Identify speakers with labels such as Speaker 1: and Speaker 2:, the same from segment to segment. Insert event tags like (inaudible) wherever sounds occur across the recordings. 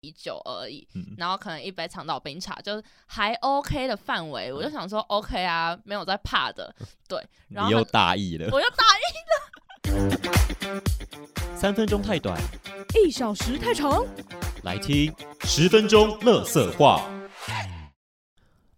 Speaker 1: 啤酒而已，
Speaker 2: 嗯
Speaker 1: 然后可能一杯长岛冰茶，就是还 OK 的范围，
Speaker 2: 嗯
Speaker 1: 我就想说 OK 啊，没有在怕
Speaker 2: (laughs)
Speaker 1: 的，对，然
Speaker 2: 你
Speaker 1: 后
Speaker 2: 又
Speaker 1: 很
Speaker 2: 大意了，
Speaker 1: 我又大
Speaker 2: 三分钟太短，
Speaker 3: 一小时太长。
Speaker 2: 来听十分钟乐色话。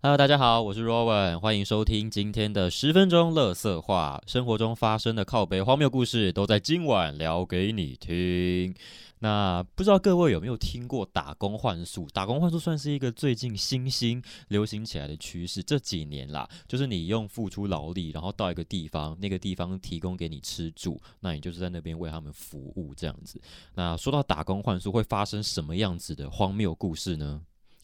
Speaker 2: Hello，大家好，我是 Rowan，欢迎收听今天的十分钟乐色话。生活中发生的靠背荒谬故事，都在今晚聊给你听。那不知道各位有没有听过打工换宿？打工换宿算是一个最近新兴流行起来的趋势，这几年啦，就是你用付出劳力，然后到一个地方，那个地方提供给你吃住，那你就是在那边为他们服务这样子。那说到打工换宿会发生什么样子的荒谬故事呢？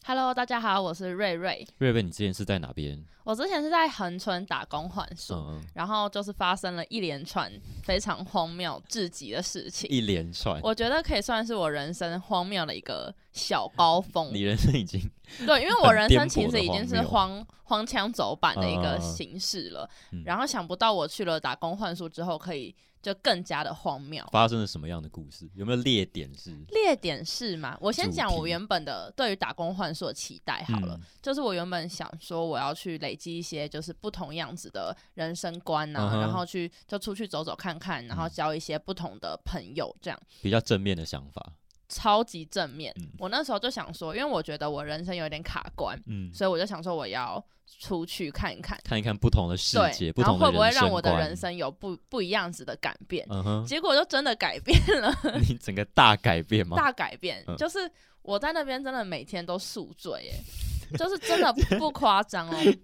Speaker 1: Hello，大家好，我是瑞瑞，
Speaker 2: 瑞瑞，你之前是在哪边？
Speaker 1: 我之前是在恒春打工换宿。
Speaker 2: 嗯，
Speaker 1: 然后就是发生了一连串非常荒谬至极的事情，
Speaker 2: 一连串。
Speaker 1: 我觉得可以算是我人生荒谬的一个小高峰
Speaker 2: 你。人生已经
Speaker 1: 对，
Speaker 2: (laughs)
Speaker 1: 因为我
Speaker 2: 很
Speaker 1: 人
Speaker 2: 颠
Speaker 1: 生其
Speaker 2: 簸
Speaker 1: 实
Speaker 2: 的
Speaker 1: 已经
Speaker 2: 荒
Speaker 1: 是
Speaker 2: 谬
Speaker 1: 荒荒腔走板的一
Speaker 2: 啊啊
Speaker 1: 个
Speaker 2: 啊
Speaker 1: 形式了，
Speaker 2: 嗯
Speaker 1: 然后想不到我去了打工换宿之后，可以就更加的荒谬。
Speaker 2: 发生了什么样的故事？有没有列点是？
Speaker 1: 列点是嘛？我先
Speaker 2: 主
Speaker 1: 讲我
Speaker 2: 题
Speaker 1: 原本的对于打工换宿的期待好了，
Speaker 2: 嗯
Speaker 1: 就是我原本想说我要去累积一些就是不同样子的人生观呐、
Speaker 2: 嗯哼
Speaker 1: 然后去就出去走走看看，然后
Speaker 2: 嗯
Speaker 1: 交一些不同的朋友，这样
Speaker 2: 比较正面的想法。
Speaker 1: 超级正面。
Speaker 2: 嗯
Speaker 1: 我那时候就想说，因为我觉得我人生有点卡关，
Speaker 2: 嗯，
Speaker 1: 所以我就想说我要出去看一看，
Speaker 2: 看一看不同的世
Speaker 1: 对，
Speaker 2: 界，不
Speaker 1: 然后
Speaker 2: 同的
Speaker 1: 会不会
Speaker 2: 人生
Speaker 1: 让
Speaker 2: 观。
Speaker 1: 我的人生有不不一样子的改变？
Speaker 2: 嗯
Speaker 1: (laughs)
Speaker 2: 哼，
Speaker 1: 结果就真的改变了。
Speaker 2: 你整个大改变吗？
Speaker 1: 大改变，
Speaker 2: 嗯
Speaker 1: 就是我在那边真的每天都宿醉
Speaker 2: (laughs)
Speaker 1: 耶，就是真的不夸张哦。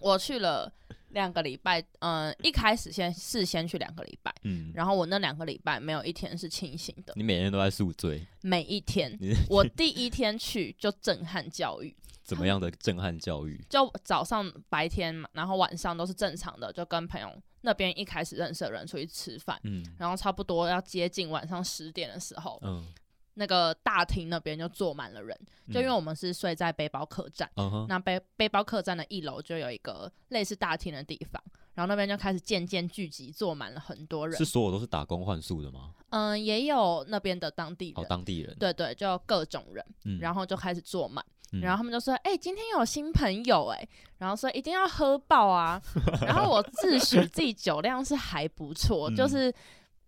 Speaker 1: 我去了两个礼拜，嗯、一开始先事先去两个礼拜，
Speaker 2: 嗯，
Speaker 1: 然后我那两个礼拜没有一天是清醒的，
Speaker 2: 你每天都在宿醉，
Speaker 1: 每一天
Speaker 2: 你。
Speaker 1: 我第一天去就震撼教育，
Speaker 2: 怎么样的震撼教育？
Speaker 1: 就早上白天嘛，然后晚上都是正常的，就跟朋友那边一开始认识的人出去吃饭，
Speaker 2: 嗯
Speaker 1: 然后差不多要接近晚上十点的时候，
Speaker 2: 嗯，
Speaker 1: 那个大厅那边就坐满了人。就因为我们是睡在背包客栈，
Speaker 2: 嗯哼，
Speaker 1: 那背背包客栈的一楼就有一个类似大厅的地方，然后那边就开始渐渐聚集，坐满了很多人
Speaker 2: 是。所有都是打工换宿的吗？
Speaker 1: 嗯，也有那边的当地
Speaker 2: 哦，
Speaker 1: 人，
Speaker 2: 当地人。
Speaker 1: 对对，就各种人，
Speaker 2: 嗯，
Speaker 1: 然
Speaker 2: 后
Speaker 1: 后就开始坐满，
Speaker 2: 嗯
Speaker 1: 然后他们就说：“哎、今天有新朋友哎、然后说一定要喝爆
Speaker 2: (laughs)
Speaker 1: 啊。”然后我自诩自己酒量是还不错，
Speaker 2: 嗯
Speaker 1: 就是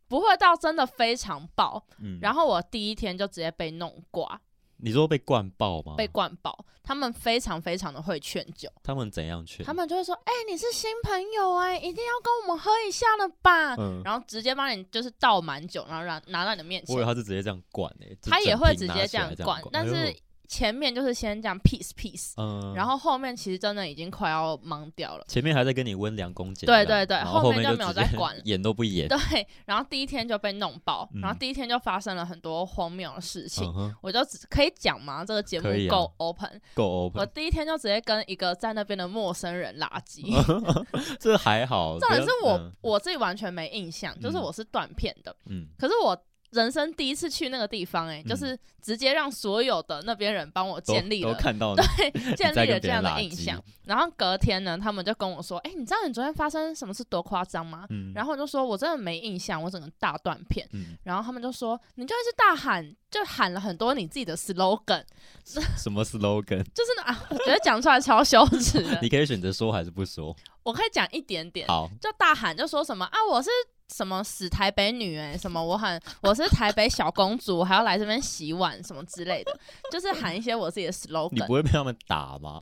Speaker 1: 不会到真的非常爆。
Speaker 2: 嗯
Speaker 1: 然后我第一天就直接被弄挂，
Speaker 2: 你说被灌爆吗？
Speaker 1: 被灌爆。他们非常非常的会劝酒。
Speaker 2: 他们怎样劝？
Speaker 1: 他们就会说：“哎、你是新朋友哎、一定要跟我们喝一下了吧？”
Speaker 2: 嗯，
Speaker 1: 啊然后直接帮你就是倒满酒，然后拿拿到你的面前
Speaker 2: 我以为。他是直接这样灌诶、欸，
Speaker 1: 他
Speaker 2: 就
Speaker 1: 也
Speaker 2: 整
Speaker 1: 会
Speaker 2: 瓶
Speaker 1: 直
Speaker 2: 拿
Speaker 1: 接
Speaker 2: 起来
Speaker 1: 样
Speaker 2: 这
Speaker 1: 灌，但
Speaker 2: 哎
Speaker 1: 是
Speaker 2: 呦
Speaker 1: 前面就是先这样 peace peace，、
Speaker 2: 嗯，
Speaker 1: 然后后面其实真的已经快要懵掉了。
Speaker 2: 前面还在跟你温良恭俭
Speaker 1: 对
Speaker 2: 让，
Speaker 1: 对对
Speaker 2: 然
Speaker 1: 后
Speaker 2: 后
Speaker 1: 面就
Speaker 2: 就
Speaker 1: 没有
Speaker 2: 直接
Speaker 1: 再管了
Speaker 2: 演都不演，
Speaker 1: 对，然后第一天就被弄爆，
Speaker 2: 嗯
Speaker 1: 然后第一天就发生了很多荒谬的事情。
Speaker 2: 嗯哼，
Speaker 1: 我就只可以讲吗？这个节目
Speaker 2: 可以啊
Speaker 1: 够 open、
Speaker 2: 够
Speaker 1: 我
Speaker 2: open，
Speaker 1: 第一天就直接跟一个在那边的陌生人拉
Speaker 2: (laughs)
Speaker 1: 鸡，
Speaker 2: 这还好。
Speaker 1: 重点
Speaker 2: 不
Speaker 1: 是
Speaker 2: 要
Speaker 1: 我、我自己完全没印象，就是
Speaker 2: 嗯
Speaker 1: 我是断片的。
Speaker 2: 嗯
Speaker 1: 可是我人生第一次去那个地方、欸，哎、
Speaker 2: 嗯
Speaker 1: 就是直接让所有的那边人帮我
Speaker 2: 都
Speaker 1: 建立
Speaker 2: 都
Speaker 1: 了。
Speaker 2: 看到你
Speaker 1: 对，建
Speaker 2: 在
Speaker 1: 立了这
Speaker 2: 跟别人
Speaker 1: 样的
Speaker 2: 拉
Speaker 1: 印
Speaker 2: 鸡
Speaker 1: 象。然后隔天呢，他们就跟我说：“哎、你知道你昨天发生什么事多夸张吗？”
Speaker 2: 嗯，
Speaker 1: 然
Speaker 2: 后
Speaker 1: 后我就说：“我真的没印象，我整个大断片。
Speaker 2: 嗯”，
Speaker 1: 然后他们就说：“你就一直大喊，就喊了很多你自己的 slogan，
Speaker 2: 什么 slogan？。
Speaker 1: 就是呢啊，我觉得讲出来超羞耻的
Speaker 2: (laughs) 你可以选择说还是不说？
Speaker 1: 我可以讲一点点，
Speaker 2: 好，
Speaker 1: 就大喊就说什么啊，我是什么死台北女哎、什么我喊 (laughs) 我是台北小公主，还要来这边洗碗什么之类的， (laughs) 就是喊一些我自己的
Speaker 2: 你
Speaker 1: slogan。
Speaker 2: 不会被他们打吗？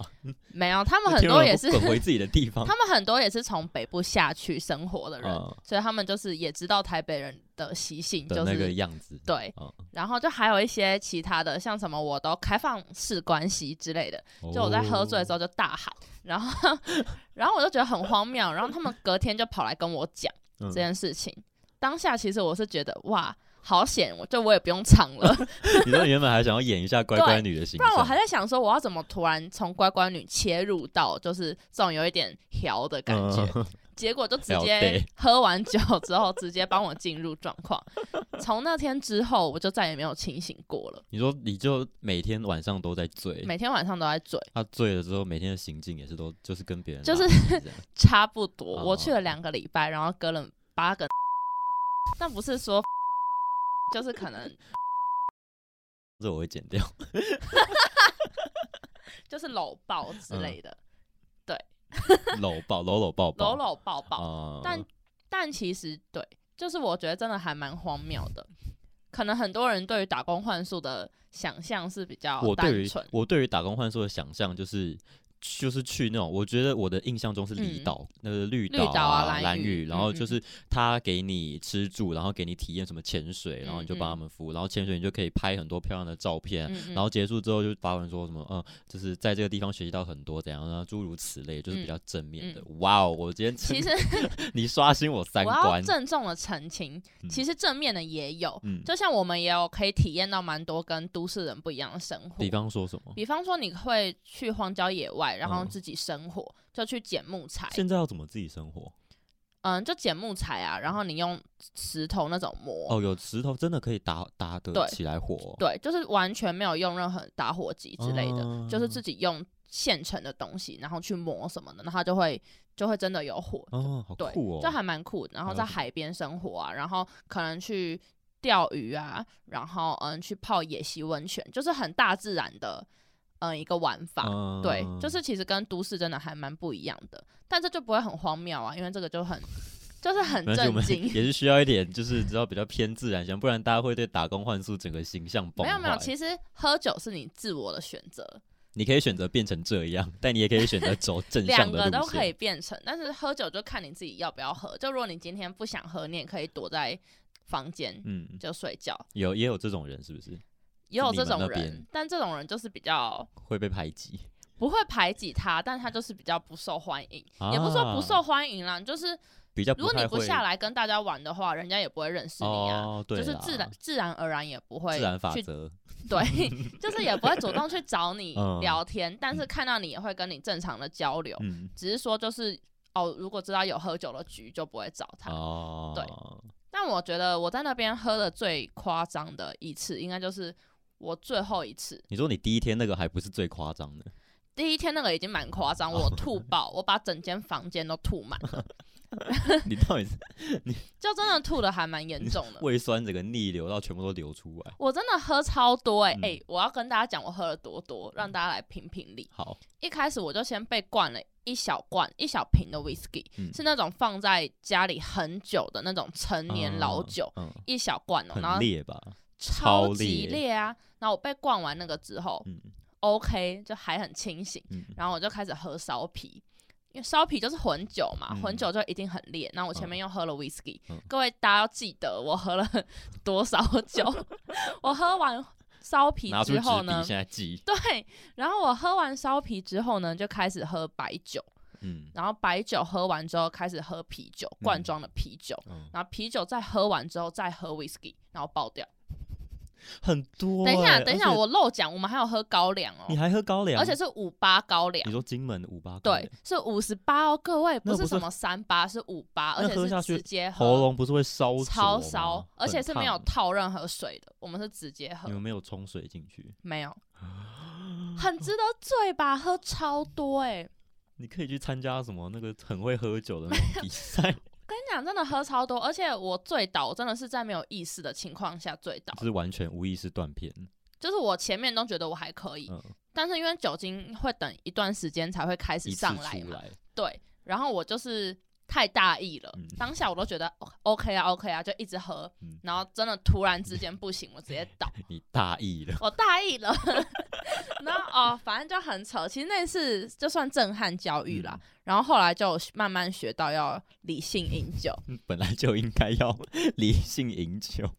Speaker 1: 没有，他们
Speaker 2: 那
Speaker 1: (laughs) 很
Speaker 2: 天
Speaker 1: 多
Speaker 2: 然
Speaker 1: 也
Speaker 2: 不
Speaker 1: 是，
Speaker 2: 滚回自己的地
Speaker 1: (laughs)
Speaker 2: 方。
Speaker 1: 他们很多也是从北部下去生活的人，
Speaker 2: 嗯
Speaker 1: 所以他们就是也知道台北人的习性，
Speaker 2: 的
Speaker 1: 就
Speaker 2: 那
Speaker 1: 是
Speaker 2: 个样子，
Speaker 1: 对
Speaker 2: 嗯。
Speaker 1: 然后就还有一些其他的，像什么我都开放式关系之类的，
Speaker 2: 哦
Speaker 1: 就我在喝醉的时
Speaker 2: 候，
Speaker 1: 候就大喊，然后 (laughs) 然后我就觉得很荒谬，然后他们隔天就跑来跟我讲
Speaker 2: 嗯
Speaker 1: 这件事情。当下其实我是觉得哇，好险，我就我也不用藏了，
Speaker 2: 嗯你说你原本还想要演一下乖乖女的形
Speaker 1: (laughs) 不
Speaker 2: 象，
Speaker 1: 然我还在想说我要怎么突然从乖乖女切入到就是这种有一点调的感觉，
Speaker 2: 嗯 (laughs)
Speaker 1: 结果就直
Speaker 2: 了
Speaker 1: 接
Speaker 2: 得
Speaker 1: 喝完酒之后直接帮我进入状况。从那天之后，我就再也没有清醒过了，
Speaker 2: 你说你就每天晚上都在醉，
Speaker 1: 每天晚上都在醉。
Speaker 2: 他醉了之后，每天的行径也是都就是跟别人
Speaker 1: 就是
Speaker 2: 拉近这样
Speaker 1: 差不多，
Speaker 2: 哦
Speaker 1: 我去了两个礼拜，然后割了八 (laughs) 个，但不是说，就是可能
Speaker 2: 这我会剪掉。 (laughs)
Speaker 1: 就是搂抱之
Speaker 2: 嗯
Speaker 1: 类的，
Speaker 2: 搂抱，搂搂抱抱，
Speaker 1: 搂搂抱抱。
Speaker 2: 啊
Speaker 1: 但但其实对，就是我觉得真的还蛮荒谬的。可能很多人对于打工换宿的想象是比较
Speaker 2: 我对
Speaker 1: 单
Speaker 2: 于
Speaker 1: 纯，
Speaker 2: 我对于打工换宿的想象就是就是去那种，我觉得我的印象中是离
Speaker 1: 嗯
Speaker 2: 岛，那个绿
Speaker 1: 绿
Speaker 2: 岛
Speaker 1: 岛啊
Speaker 2: 蓝
Speaker 1: 蓝屿
Speaker 2: 然后
Speaker 1: 嗯
Speaker 2: 就
Speaker 1: 嗯
Speaker 2: 是他给你吃住，然后给你体验什么潜水，然后你就帮
Speaker 1: 嗯
Speaker 2: 他
Speaker 1: 嗯
Speaker 2: 们服务，然后潜水你就可以拍很多漂亮的照片。
Speaker 1: 嗯嗯
Speaker 2: 然后结束之后就发文说什么，嗯，就是在这个地方学习到很多怎样啊，诸如此类，就是
Speaker 1: 嗯
Speaker 2: 比较正面的
Speaker 1: 嗯。
Speaker 2: 哇哦，我今天真
Speaker 1: (laughs) 其实
Speaker 2: 你刷新我三
Speaker 1: 我要
Speaker 2: 观，
Speaker 1: 郑重的澄清，
Speaker 2: 嗯
Speaker 1: 其实正面的也有，
Speaker 2: 嗯，
Speaker 1: 就像我们也有可以体验到蛮多跟都市人不一样的生活
Speaker 2: 比。方说什么？
Speaker 1: 比方说，你会去荒郊野外，然后
Speaker 2: 嗯
Speaker 1: 自己生火，就去捡木材，
Speaker 2: 现在要怎么自己生活？
Speaker 1: 嗯，就捡木材啊，然后你用石头那种磨，
Speaker 2: 哦，有石头真的可以打打得
Speaker 1: 对
Speaker 2: 起来火哦。
Speaker 1: 对，就是完全没有用任何打火机之类的，
Speaker 2: 嗯
Speaker 1: 就是自己用现成的东西，然后去磨什么的，然后它就会就会真的有火，
Speaker 2: 哦，好
Speaker 1: 对，
Speaker 2: 酷哦，
Speaker 1: 就还蛮酷的。然后
Speaker 2: 了
Speaker 1: 在
Speaker 2: 解
Speaker 1: 海边生活啊，然后可能去钓鱼啊，然后嗯去泡野溪温泉，就是很大自然的嗯一个玩法。
Speaker 2: 嗯
Speaker 1: 对，就是其实跟都市真的还蛮不一样的，但这就不会很荒谬啊，因为这个就很就是很
Speaker 2: 嗯没关系我
Speaker 1: 震
Speaker 2: 们
Speaker 1: 惊。
Speaker 2: 也是需要一点，就是知道比较偏自然型，不然大家会对打工换宿整个形象崩
Speaker 1: 没
Speaker 2: 坏。
Speaker 1: 有没有，其实喝酒是你自我的选择，
Speaker 2: 你可以选择变成这样，但你也可以选择走正
Speaker 1: 两
Speaker 2: 向的
Speaker 1: 个
Speaker 2: 路
Speaker 1: 都可以
Speaker 2: 线。
Speaker 1: 变成，但是喝酒就看你自己要不要喝。就如果你今天不想喝，你也可以躲在房间
Speaker 2: 嗯，
Speaker 1: 就睡觉，
Speaker 2: 有也有这种人，是不是
Speaker 1: 也有
Speaker 2: 你
Speaker 1: 这
Speaker 2: 们那
Speaker 1: 种
Speaker 2: 边
Speaker 1: 人，但这种人就是比较
Speaker 2: 会被排挤？
Speaker 1: 不会排挤他，但他就是比较不受欢迎，也不是说不
Speaker 2: 啊
Speaker 1: 受欢迎啦，就是
Speaker 2: 比较
Speaker 1: 如果你
Speaker 2: 太
Speaker 1: 不
Speaker 2: 会
Speaker 1: 下来跟大家玩的话，人家也不会认识你啊。
Speaker 2: 哦，对
Speaker 1: 就
Speaker 2: 啦，
Speaker 1: 是自然自然而然也不会
Speaker 2: 自然法
Speaker 1: 去
Speaker 2: 则，
Speaker 1: 对， (laughs) 就是也不会主动去找你
Speaker 2: (laughs) 嗯
Speaker 1: 聊天，但是看到你也会跟你正常的交流，
Speaker 2: 嗯，
Speaker 1: 只是说就是哦，如果知道有喝酒的局就不会找他。
Speaker 2: 哦，
Speaker 1: 对但我觉得我在那边喝的最夸张的一次，应该就是我最后一次。
Speaker 2: 你说你第一天那个还不是最夸张
Speaker 1: (laughs)
Speaker 2: 的，
Speaker 1: 第一天那个已经蛮夸张，我吐
Speaker 2: 哦
Speaker 1: 爆，我把整间房间都吐满了，
Speaker 2: 你到底是
Speaker 1: 就真的吐的还蛮严重的。
Speaker 2: 胃酸整个逆流到全部都流出来？
Speaker 1: 我真的喝超多哎、欸
Speaker 2: 嗯
Speaker 1: 欸我要跟大家讲我喝了多多，让大家来评评理。
Speaker 2: 好，
Speaker 1: 一开始我就先被灌了一小罐一小瓶的 whisky，、
Speaker 2: 嗯
Speaker 1: 是那种放在家里很久的那种成年老酒，
Speaker 2: 嗯，
Speaker 1: 一小罐哦、然
Speaker 2: 很
Speaker 1: 后
Speaker 2: 烈吧？超
Speaker 1: 超级
Speaker 2: 烈
Speaker 1: 烈啊！然后我被灌完那个之后、
Speaker 2: 嗯
Speaker 1: o k 就还很清醒，
Speaker 2: 嗯，
Speaker 1: 然后我就开始喝烧啤。因为烧啤就是混酒嘛，
Speaker 2: 嗯
Speaker 1: 混酒就一定很烈。然后我前面又喝了 whisky，、
Speaker 2: 嗯
Speaker 1: 各位大家要记得我喝了 (laughs) 多少酒。 (laughs) 我喝完烧啤
Speaker 2: 拿出
Speaker 1: 之
Speaker 2: 纸
Speaker 1: 后
Speaker 2: 笔
Speaker 1: 呢，
Speaker 2: 现在记，
Speaker 1: 对，然后我喝完烧啤之后呢，就开始喝白酒， (laughs)
Speaker 2: 嗯
Speaker 1: 然后白酒喝完之后开始喝啤酒，罐装的啤酒，
Speaker 2: 嗯，
Speaker 1: 然后啤酒再喝完之后再喝 whisky，然后爆掉。
Speaker 2: 很多欸。
Speaker 1: 等一下，等一
Speaker 2: 而
Speaker 1: 下，
Speaker 2: 且
Speaker 1: 我漏讲，我们还有喝高粱哦
Speaker 2: 你，还喝高粱，
Speaker 1: 而且是五八高粱
Speaker 2: 你，说金门的五八高
Speaker 1: 对
Speaker 2: 粱，，
Speaker 1: 是五十八哦，各位
Speaker 2: 那
Speaker 1: 不
Speaker 2: 不
Speaker 1: 是
Speaker 2: 是
Speaker 1: 什么三八，是五八，而
Speaker 2: 那
Speaker 1: 且
Speaker 2: 喝
Speaker 1: 是
Speaker 2: 下去
Speaker 1: 直接
Speaker 2: 喉
Speaker 1: 喝，
Speaker 2: 咙不是会烧灼
Speaker 1: 超
Speaker 2: 吗
Speaker 1: 烧，而且是没有
Speaker 2: 很烫
Speaker 1: 套任何水的，我们是直接喝
Speaker 2: 你，们没有冲水进去，
Speaker 1: 没
Speaker 2: (gasps)
Speaker 1: 有，很值得醉吧？喝超多哎、
Speaker 2: 你可以去参加什么那个很会喝酒的那种
Speaker 1: (laughs)
Speaker 2: 比赛，
Speaker 1: 跟你讲，真的喝超多，而且我醉倒，我真的是在没有意识的情况下醉倒
Speaker 2: 就，是完全无意识断片。
Speaker 1: 就是我前面都觉得我还可以，
Speaker 2: 嗯，
Speaker 1: 但是因为酒精会等一段时间才会开始
Speaker 2: 一次
Speaker 1: 上来
Speaker 2: 出
Speaker 1: 嘛，
Speaker 2: 来，
Speaker 1: 对，然后我就是太大意了，
Speaker 2: 嗯
Speaker 1: 当下我都觉得哦 OK 啊 OK 啊，就一直喝，
Speaker 2: 嗯
Speaker 1: 然后真的突然之间不行，我直接
Speaker 2: (laughs)
Speaker 1: 倒，
Speaker 2: 你大意了。
Speaker 1: 我大意了， (laughs) 然后哦，反正就很扯，其实那次就算震撼教育啦，
Speaker 2: 嗯
Speaker 1: 然后后来就慢慢学到要理性饮酒。
Speaker 2: 嗯本来就应该要 (laughs) 理性饮酒，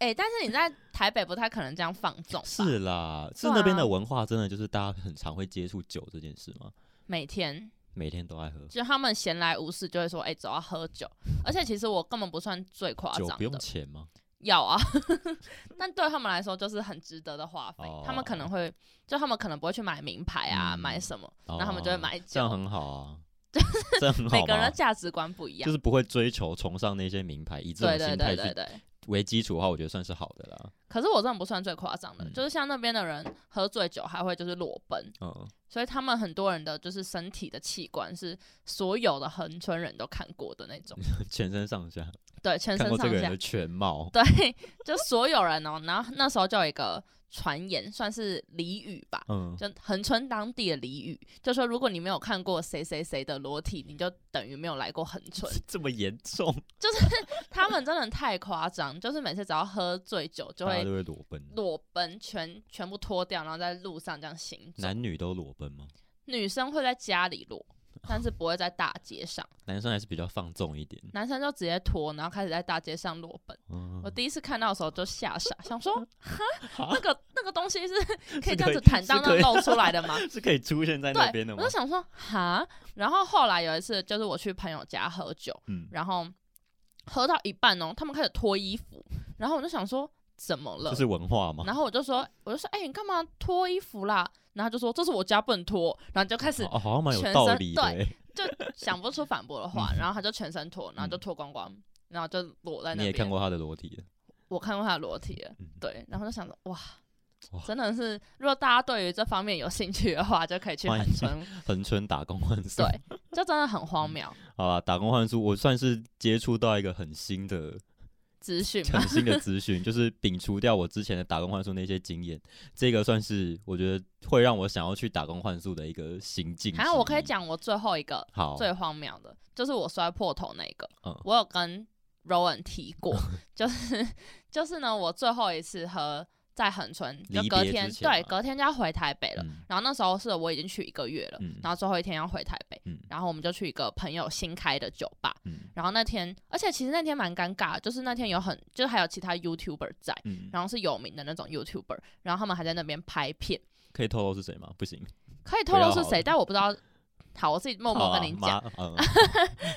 Speaker 1: 哎、但是你在台北不太可能这样放纵吧，
Speaker 2: 是啦，是
Speaker 1: 对
Speaker 2: 那边
Speaker 1: 啊
Speaker 2: 的文化真的就是大家很常会接触酒这件事吗？
Speaker 1: 每天
Speaker 2: 每天都爱喝，
Speaker 1: 就他们闲来无事就会说，哎、走啊喝酒，而且其实我根本不算最夸
Speaker 2: 酒
Speaker 1: 张
Speaker 2: 不用
Speaker 1: 的，
Speaker 2: 钱吗？
Speaker 1: 要啊， (laughs) 但对他们来说就是很值得的花费，
Speaker 2: 哦
Speaker 1: 他们可能会，就他们可能不会去买名牌啊，
Speaker 2: 嗯
Speaker 1: 买什么，
Speaker 2: 那
Speaker 1: 那他们就会买
Speaker 2: 哦这样
Speaker 1: 酒，
Speaker 2: 很好啊，这样
Speaker 1: (laughs)
Speaker 2: 很好
Speaker 1: 每个人
Speaker 2: 吗
Speaker 1: 的价值观不一样
Speaker 2: 就，是不会追求崇尚那些名牌，以这
Speaker 1: 对
Speaker 2: 种
Speaker 1: 对
Speaker 2: 心态
Speaker 1: 对对
Speaker 2: 去
Speaker 1: 对，
Speaker 2: 为基础的话，我觉得算是好的啦。
Speaker 1: 可是我真的不算最夸张的，
Speaker 2: 嗯
Speaker 1: 就是像那边的人喝醉酒还会就是裸奔，
Speaker 2: 嗯，
Speaker 1: 所以他们很多人的就是身体的器官是所有的恒春人都看过的那种，
Speaker 2: (laughs) 全身上下
Speaker 1: 对，全
Speaker 2: 看
Speaker 1: 身
Speaker 2: 过这个
Speaker 1: 上
Speaker 2: 人
Speaker 1: 下
Speaker 2: 的，全貌，
Speaker 1: 对，就所有人哦。然后那时候就有一个传言，算是俚语吧，
Speaker 2: 嗯，
Speaker 1: 就恒春当地的俚语，就说如果你没有看过谁谁谁的裸体，你就等于没有来过恒
Speaker 2: (laughs)
Speaker 1: 春。
Speaker 2: (laughs) 这么严重，
Speaker 1: 他们真的太夸张，就是每次只要喝醉酒就
Speaker 2: (laughs) 大家
Speaker 1: 会
Speaker 2: 都会裸奔，
Speaker 1: 裸奔，全全部脱掉，然后在路上这样行走。
Speaker 2: 男女都裸奔吗？
Speaker 1: 女生会在家里
Speaker 2: (laughs)
Speaker 1: 裸，但是不会在大街上。
Speaker 2: 男生还是比较放纵一点，
Speaker 1: 男生就直接脱，然后开始在大街上裸奔。
Speaker 2: (laughs) 嗯
Speaker 1: 我，第一次看到的时候就吓傻，想
Speaker 2: (laughs)
Speaker 1: 说哈，那个那个东西是可以这
Speaker 2: 是可
Speaker 1: 样
Speaker 2: 以
Speaker 1: 子坦荡荡
Speaker 2: 是可以
Speaker 1: 露出来的吗？
Speaker 2: 是可以出现在那
Speaker 1: 对，
Speaker 2: 边的
Speaker 1: 我
Speaker 2: 吗
Speaker 1: 就？想说哈。然后后来有一次，就是我去朋友家喝酒，
Speaker 2: 嗯，
Speaker 1: 然后喝到一半哦，他们开始脱衣服，然后我就想说怎么了
Speaker 2: 这？是文化吗？
Speaker 1: 然后我就说，我就说，哎、你干嘛脱衣服啦？然后他就说这是我家不能脱，然后就开始
Speaker 2: 哦，好像蛮有
Speaker 1: 全
Speaker 2: 道
Speaker 1: 身
Speaker 2: 理的
Speaker 1: 对
Speaker 2: 欸，
Speaker 1: 就想不出反驳的
Speaker 2: 嗯
Speaker 1: 话，然后他就全身脱，然后就脱光光，然后就裸在那边。
Speaker 2: 你也看过他的裸体了，
Speaker 1: 我看过他的裸体了
Speaker 2: 嗯，
Speaker 1: 对，然后就想着哇
Speaker 2: 哇。
Speaker 1: 真的是，如果大家对于这方面有兴趣的话，就可以去
Speaker 2: 欢
Speaker 1: 横
Speaker 2: 迎嗯
Speaker 1: 村，
Speaker 2: 横春打工换宿，
Speaker 1: 对，就真的很荒谬。
Speaker 2: 好啦，打工换宿，我算是接触到一个很新 (laughs) 的、
Speaker 1: 资讯嘛，
Speaker 2: 很新的资讯，就是摒除掉我之前的打工换宿那些经验，这个算是我觉得会让我想要去打工换宿的一个行径。
Speaker 1: 好像我可以，讲我最后一个
Speaker 2: 好，
Speaker 1: 最荒谬的，就是我摔破头那个，
Speaker 2: 嗯
Speaker 1: 我有跟 Rowan 提
Speaker 2: (laughs)
Speaker 1: 过，就是就是呢，我最后一次喝在恒春，就
Speaker 2: 离
Speaker 1: 隔
Speaker 2: 别
Speaker 1: 天
Speaker 2: 之前嘛
Speaker 1: 对，隔天就要回台北了。
Speaker 2: 嗯
Speaker 1: 然后那时候是我已经去一个月了，
Speaker 2: 嗯
Speaker 1: 然后最后一天要回台北，
Speaker 2: 嗯
Speaker 1: 然后我们就去一个朋友新开的酒吧。
Speaker 2: 嗯
Speaker 1: 然后那天，而且其实那天蛮尴尬的，就是那天有很，就是还有其他 YouTuber 在，
Speaker 2: 嗯，
Speaker 1: 然后是有名的那种 YouTuber，然后他们还在那边拍片，
Speaker 2: 可以透露是谁吗？不行，
Speaker 1: 可以透露是谁，但我不知道。好，我自己默默跟你讲。
Speaker 2: 讲，
Speaker 1: (laughs)
Speaker 2: 嗯，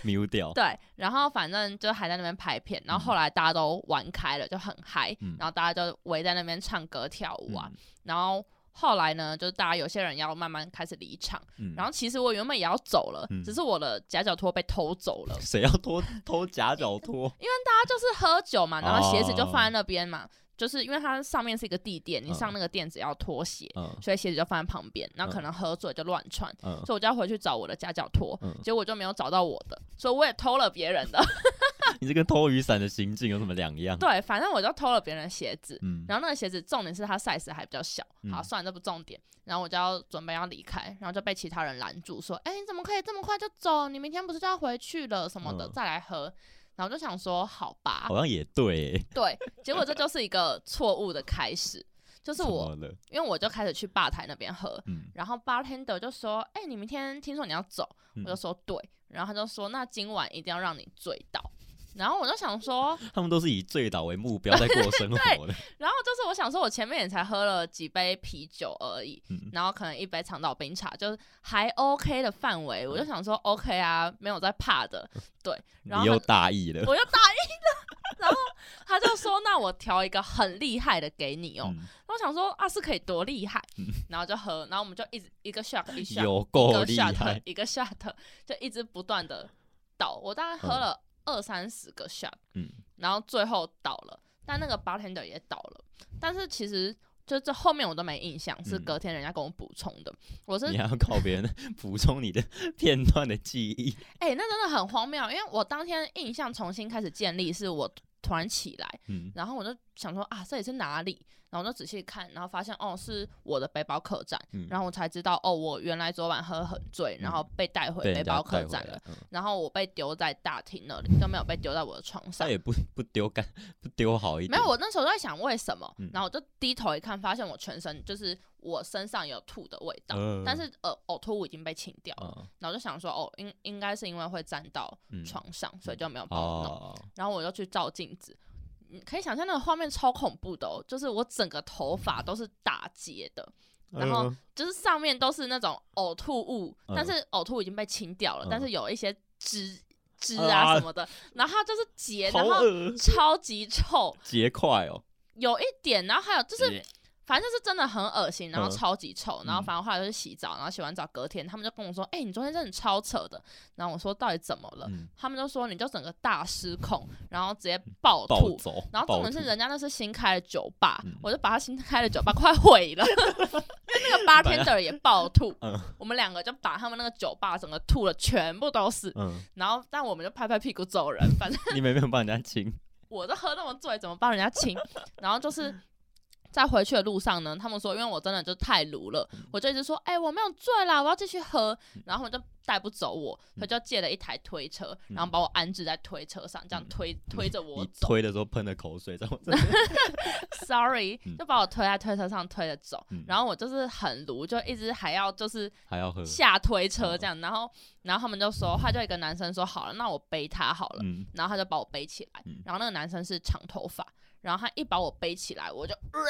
Speaker 2: mute 掉，
Speaker 1: 对，然后反正就还在那边拍片，然后后来大家都玩开了，就很嗨、
Speaker 2: 嗯
Speaker 1: 然后大家就围在那边唱歌跳舞啊、
Speaker 2: 嗯
Speaker 1: 然后后来呢，就是大家有些人要慢慢开始离场，
Speaker 2: 嗯
Speaker 1: 然后其实我原本也要走了，
Speaker 2: 嗯，
Speaker 1: 只是我的夹脚拖被偷走了
Speaker 2: 谁要偷偷夹脚拖？
Speaker 1: 他就是喝酒嘛，然后鞋子就放
Speaker 2: 哦
Speaker 1: 在那边嘛，就是因为它上面是一个地垫，你上那个垫子要脱鞋、
Speaker 2: 嗯
Speaker 1: 所以鞋子就放在旁边，然后可
Speaker 2: 嗯
Speaker 1: 能喝醉就乱穿，
Speaker 2: 嗯，
Speaker 1: 所以我就要回去找我的夹脚拖、
Speaker 2: 嗯
Speaker 1: 结果就没有找到我的，所以我也偷了别人的。 (laughs)
Speaker 2: 你这跟偷雨伞的行径有什么两样？
Speaker 1: 对，反正我就偷了别人的鞋子，
Speaker 2: 嗯，
Speaker 1: 然后那个鞋子重点是它 size 还比较小，好，
Speaker 2: 嗯
Speaker 1: 算了，这不重点。然后我就要准备要离开，然后就被其他人拦住，说：“哎、你怎么可以这么快就走？你明天不是就要回去了什么的，
Speaker 2: 嗯哦
Speaker 1: 再来喝。”然后我就想说：“好吧
Speaker 2: 好，像也对欸，
Speaker 1: 对。”结果这就是一个错误的开始，就是
Speaker 2: 怎
Speaker 1: 我
Speaker 2: 么了？
Speaker 1: 因为我就开始去吧台那边喝，
Speaker 2: 嗯，
Speaker 1: 然后 bartender 就说：“哎、你明天听说你要走？”
Speaker 2: 嗯
Speaker 1: 我就说：“对。”然后他就说：“那今晚一定要让你醉到。”然后我就想说，
Speaker 2: 他们都是以醉倒为目标在过生活的。
Speaker 1: 然后就是我想说，我前面也才喝了几杯啤酒而已，
Speaker 2: 嗯
Speaker 1: 然后可能一杯长岛冰茶，就是还 OK 的范围。
Speaker 2: 嗯
Speaker 1: 我就想说 OK 啊，没有在怕的，对。然
Speaker 2: 你
Speaker 1: 后
Speaker 2: 又
Speaker 1: 他
Speaker 2: 大意了。
Speaker 1: 我又答应了， (laughs) 然后他就说：“那我调一个很厉害的给你哦。
Speaker 2: 嗯
Speaker 1: 然后我想说啊，是可以多厉害，然后就喝，然后我们就一直一个 shot 一 shot，
Speaker 2: 有
Speaker 1: 一
Speaker 2: 够
Speaker 1: 个
Speaker 2: 厉
Speaker 1: shot
Speaker 2: 害，
Speaker 1: 一个 shot，就一直不断的倒。我大概喝
Speaker 2: 嗯
Speaker 1: 了二三十个 shot。
Speaker 2: 嗯，
Speaker 1: 然后最后倒了，但那个 bartender 也倒了，但是其实就这后面我都没印象，是
Speaker 2: 嗯
Speaker 1: 隔天人家跟我补充的。我是
Speaker 2: 你还要靠别人补充你的 (laughs) 片段的记忆，
Speaker 1: 哎、那真的很荒谬，因为我当天印象重新开始建立，是我突然起来， (laughs)
Speaker 2: 嗯，
Speaker 1: 然后我就想说啊，这里是哪里？然后我就仔细看，然后发现哦，是我的背包客栈，
Speaker 2: 嗯
Speaker 1: 然后我才知道哦，我原来昨晚喝很醉，然后被带回
Speaker 2: 被
Speaker 1: 背
Speaker 2: 人家
Speaker 1: 包客
Speaker 2: 带回
Speaker 1: 栈
Speaker 2: 来
Speaker 1: 了。
Speaker 2: 嗯
Speaker 1: 然后我被丢在大厅那里，都没有被丢在我的床上
Speaker 2: 他。也不不丢干，不丢好一
Speaker 1: 没
Speaker 2: 点。
Speaker 1: 有，我那时候在想为什么，
Speaker 2: 嗯
Speaker 1: 然后我就低头一看，发现我全身就是我身上有吐的味道，
Speaker 2: 嗯
Speaker 1: 但是呃呕吐物已经被清掉了，
Speaker 2: 嗯
Speaker 1: 然后就想说哦应应该是因为会沾到
Speaker 2: 嗯
Speaker 1: 床上，所以就没有帮我弄，
Speaker 2: 哦，
Speaker 1: 然后我就去照镜子。你可以想象那个画面超恐怖的、哦，就是我整个头发都是打结的，然后
Speaker 2: 嗯
Speaker 1: 就是上面都是那种呕吐物，
Speaker 2: 嗯
Speaker 1: 但是呕吐已经被清掉了，
Speaker 2: 嗯
Speaker 1: 但是有一些汁汁
Speaker 2: 啊
Speaker 1: 啊什么的，然后它就是结，
Speaker 2: 好
Speaker 1: 然后
Speaker 2: 恶
Speaker 1: 超级臭，
Speaker 2: 结块哦，
Speaker 1: 有一点，然后还有就是，反正就是真的很恶心，然后
Speaker 2: 嗯
Speaker 1: 超级臭，然后
Speaker 2: 嗯
Speaker 1: 反正后来就是洗澡，然后洗完澡隔天他们就跟我说：“哎、你昨天真的超扯的。”然后我说：“到底怎么了？”
Speaker 2: 嗯，
Speaker 1: 他们就说：“你就整个大失控，然后直接暴
Speaker 2: 暴
Speaker 1: 吐。”
Speaker 2: 走，
Speaker 1: 然后重
Speaker 2: 暴
Speaker 1: 点是
Speaker 2: 吐
Speaker 1: 人家那是新开的酒吧，
Speaker 2: 嗯
Speaker 1: 我就把他新开的酒吧 (laughs) 快毁了，因为那个 bartender 也暴吐，
Speaker 2: (laughs) 嗯
Speaker 1: 我们两个就把他们那个酒吧整个吐了，全部都是，
Speaker 2: 嗯，
Speaker 1: 然后但我们就拍拍屁股走人，反正
Speaker 2: (laughs) 你们有没有帮人家清？
Speaker 1: 我都喝那么醉，怎么帮人家
Speaker 2: (laughs)
Speaker 1: 清？然后就是
Speaker 2: 嗯
Speaker 1: 在回去的路上呢，他们说因为我真的就太鲁了，
Speaker 2: 嗯
Speaker 1: 我就一直说，哎、我没有醉啦，我要继续喝，然后他们就。带不走我，他就借了一台推车，
Speaker 2: 嗯
Speaker 1: 然后把我安置在推车上，这样
Speaker 2: 嗯
Speaker 1: 推推着我
Speaker 2: 你
Speaker 1: 走。
Speaker 2: 推的时候喷的口水，在 (laughs) 我
Speaker 1: (laughs)
Speaker 2: 这
Speaker 1: Sorry，
Speaker 2: 嗯
Speaker 1: 就把我推在推车上推着走，
Speaker 2: 嗯
Speaker 1: 然后我就是很鲁，就一直还要就是
Speaker 2: 还要喝，
Speaker 1: 下推
Speaker 2: 嗯
Speaker 1: 车这样，然后然后他们就说，他就有一个男生说好了，那我背他好了，
Speaker 2: 嗯，
Speaker 1: 然后他就把我背起来
Speaker 2: 嗯，
Speaker 1: 然后那个男生是长头发，然后他一把我背起来，我就、呃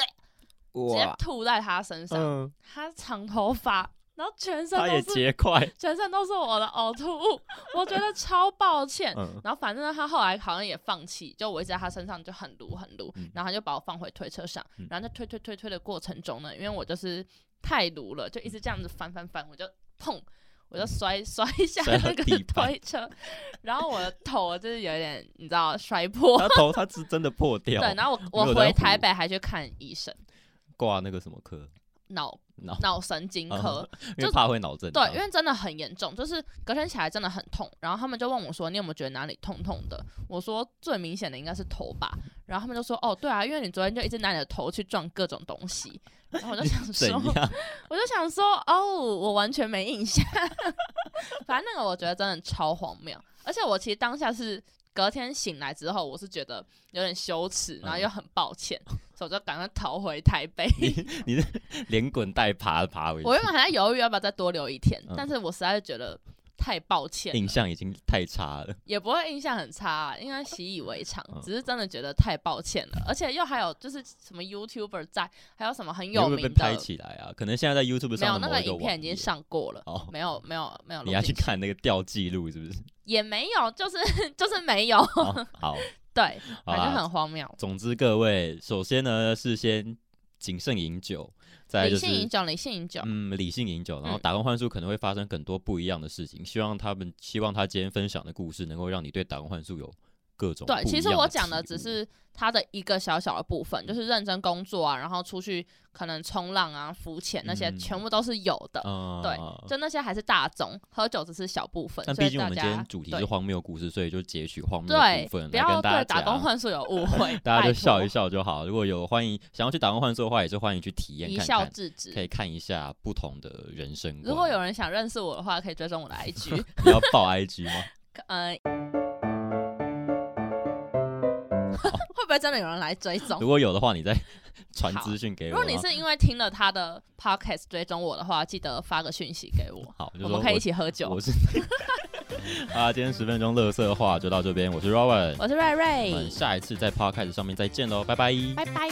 Speaker 1: 直接
Speaker 2: 哇，
Speaker 1: 吐在他身上，
Speaker 2: 嗯，
Speaker 1: 他长头发，然后全身
Speaker 2: 他也
Speaker 1: 都是
Speaker 2: 结
Speaker 1: (laughs)
Speaker 2: 块，
Speaker 1: 全身都是我的呕吐物，我觉得超抱歉，
Speaker 2: 嗯，
Speaker 1: 然后反正呢他后来好像也放弃，就我一直在他身上就很撸很撸，
Speaker 2: 嗯
Speaker 1: 然后他就把我放回推车上，
Speaker 2: 嗯
Speaker 1: 然后在推推推推的过程中呢，因为我就是太撸了，就一直
Speaker 2: 嗯
Speaker 1: 这样子翻翻翻，我就砰，我就摔摔一下
Speaker 2: 摔到
Speaker 1: 那个
Speaker 2: 地板
Speaker 1: 推车，然后我的头就是有点你知道摔破，
Speaker 2: 他头他是真的破掉，
Speaker 1: 对，然后我
Speaker 2: 没
Speaker 1: 我
Speaker 2: 有在
Speaker 1: 回台
Speaker 2: 乎
Speaker 1: 北还去看医生，
Speaker 2: 挂那个什么科，
Speaker 1: 脑
Speaker 2: 脑嗯
Speaker 1: 脑神经科，
Speaker 2: 因为
Speaker 1: 就
Speaker 2: 怕会脑震
Speaker 1: 对
Speaker 2: 荡，，
Speaker 1: 因为真的很严重，就是隔天起来真的很痛。然后他们就问我说：“你有没有觉得哪里痛痛的？”我说：“最明显的应该是头吧。”然后他们就说：“哦，对啊，因为你昨天就一直拿你的头去撞各种东西。”然后我就想
Speaker 2: 怎
Speaker 1: 说，
Speaker 2: 样？
Speaker 1: 我就想说，哦，我完全没印象。 (laughs) 反正那个我觉得真的超荒谬，而且我其实当下是隔天醒来之后，我是觉得有点羞耻，然后又很抱歉，所以我就赶快逃回台北。
Speaker 2: 嗯你是 (laughs) 连滚带爬爬回去
Speaker 1: (laughs) 我，原本还在犹豫要不要再多留一天，
Speaker 2: 嗯
Speaker 1: 但是我实在是觉得太抱歉了，
Speaker 2: 印象已经太差了。
Speaker 1: 也不会印象很差、啊，应该习以为常，
Speaker 2: 嗯
Speaker 1: 只是真的觉得太抱歉了，而且又还有就是什么 YouTuber 在，还有什么很
Speaker 2: 你
Speaker 1: 有
Speaker 2: 会不会
Speaker 1: 名
Speaker 2: 被
Speaker 1: 的，
Speaker 2: 拍起来啊？可能现在在 YouTube
Speaker 1: 没有
Speaker 2: 上
Speaker 1: 那
Speaker 2: 的某
Speaker 1: 个
Speaker 2: 一个
Speaker 1: 影
Speaker 2: 网
Speaker 1: 片已经
Speaker 2: 页，
Speaker 1: 上过了，
Speaker 2: 哦
Speaker 1: 没有没有没有，
Speaker 2: 你要去，看那个调记录
Speaker 1: (laughs)
Speaker 2: 是不是？
Speaker 1: 也没有，就是 (laughs) 就是没有，
Speaker 2: 哦好，
Speaker 1: 对，
Speaker 2: 好
Speaker 1: 反正
Speaker 2: 啦。
Speaker 1: 很荒谬。
Speaker 2: 总之，各位，首先呢是先谨慎饮酒，再来
Speaker 1: 理
Speaker 2: 就是
Speaker 1: 性饮酒，理性饮酒，
Speaker 2: 嗯，理性饮酒，然后
Speaker 1: 嗯
Speaker 2: 打工换宿可能会发生很多不一样的事情。希望他们，希望他今天分享的故事能够让你对打工换宿有各种
Speaker 1: 对，
Speaker 2: 不
Speaker 1: 其
Speaker 2: 一
Speaker 1: 实
Speaker 2: 样
Speaker 1: 我
Speaker 2: 的
Speaker 1: 讲
Speaker 2: 体
Speaker 1: 的
Speaker 2: 悟
Speaker 1: 只是它的一个小小的部分，就是认真工作啊，然后出去可能冲浪啊、浮潜那些，
Speaker 2: 嗯
Speaker 1: 全部都是有的。
Speaker 2: 啊，
Speaker 1: 对就那些还是大众，喝酒只是小部分。
Speaker 2: 但
Speaker 1: 所以
Speaker 2: 毕竟我们
Speaker 1: 大
Speaker 2: 今
Speaker 1: 家
Speaker 2: 天主题
Speaker 1: 对
Speaker 2: 是荒谬故事，所以就截取荒谬的
Speaker 1: 对
Speaker 2: 部，分
Speaker 1: 不
Speaker 2: 来跟
Speaker 1: 要对
Speaker 2: 大家
Speaker 1: 打工
Speaker 2: 讲。啊
Speaker 1: 换宿有误会
Speaker 2: (laughs) ，大家就笑一
Speaker 1: 笑，
Speaker 2: 笑就好。如果有欢迎想要去打工换宿的话，也是欢迎去体验
Speaker 1: 一
Speaker 2: 看
Speaker 1: 笑
Speaker 2: 看，
Speaker 1: 置
Speaker 2: 可
Speaker 1: 之。
Speaker 2: 以看一下不同的人生观。
Speaker 1: 如果有人想认识我的话，可以追
Speaker 2: (laughs)
Speaker 1: 踪我的 IG，
Speaker 2: 你要报 IG 吗？
Speaker 1: 呃， (laughs) 会不会真的有人来追踪
Speaker 2: 如？果有的话，你
Speaker 1: (laughs)
Speaker 2: 再传
Speaker 1: 哦好
Speaker 2: 资讯给
Speaker 1: 如
Speaker 2: 我
Speaker 1: 果
Speaker 2: 然后。
Speaker 1: 你是因为听了他的 podcast 追踪我的话，记得发个讯息给我，
Speaker 2: 好，就
Speaker 1: 我
Speaker 2: 说
Speaker 1: 们可以一起喝酒。
Speaker 2: 我是 (laughs) 啊，今天十分钟乐色话就到这边，我是 Robert，
Speaker 1: 我是瑞
Speaker 2: 我们
Speaker 1: 瑞，
Speaker 2: 下一次在 Podcast 上面再见喽，拜拜。
Speaker 1: 拜拜。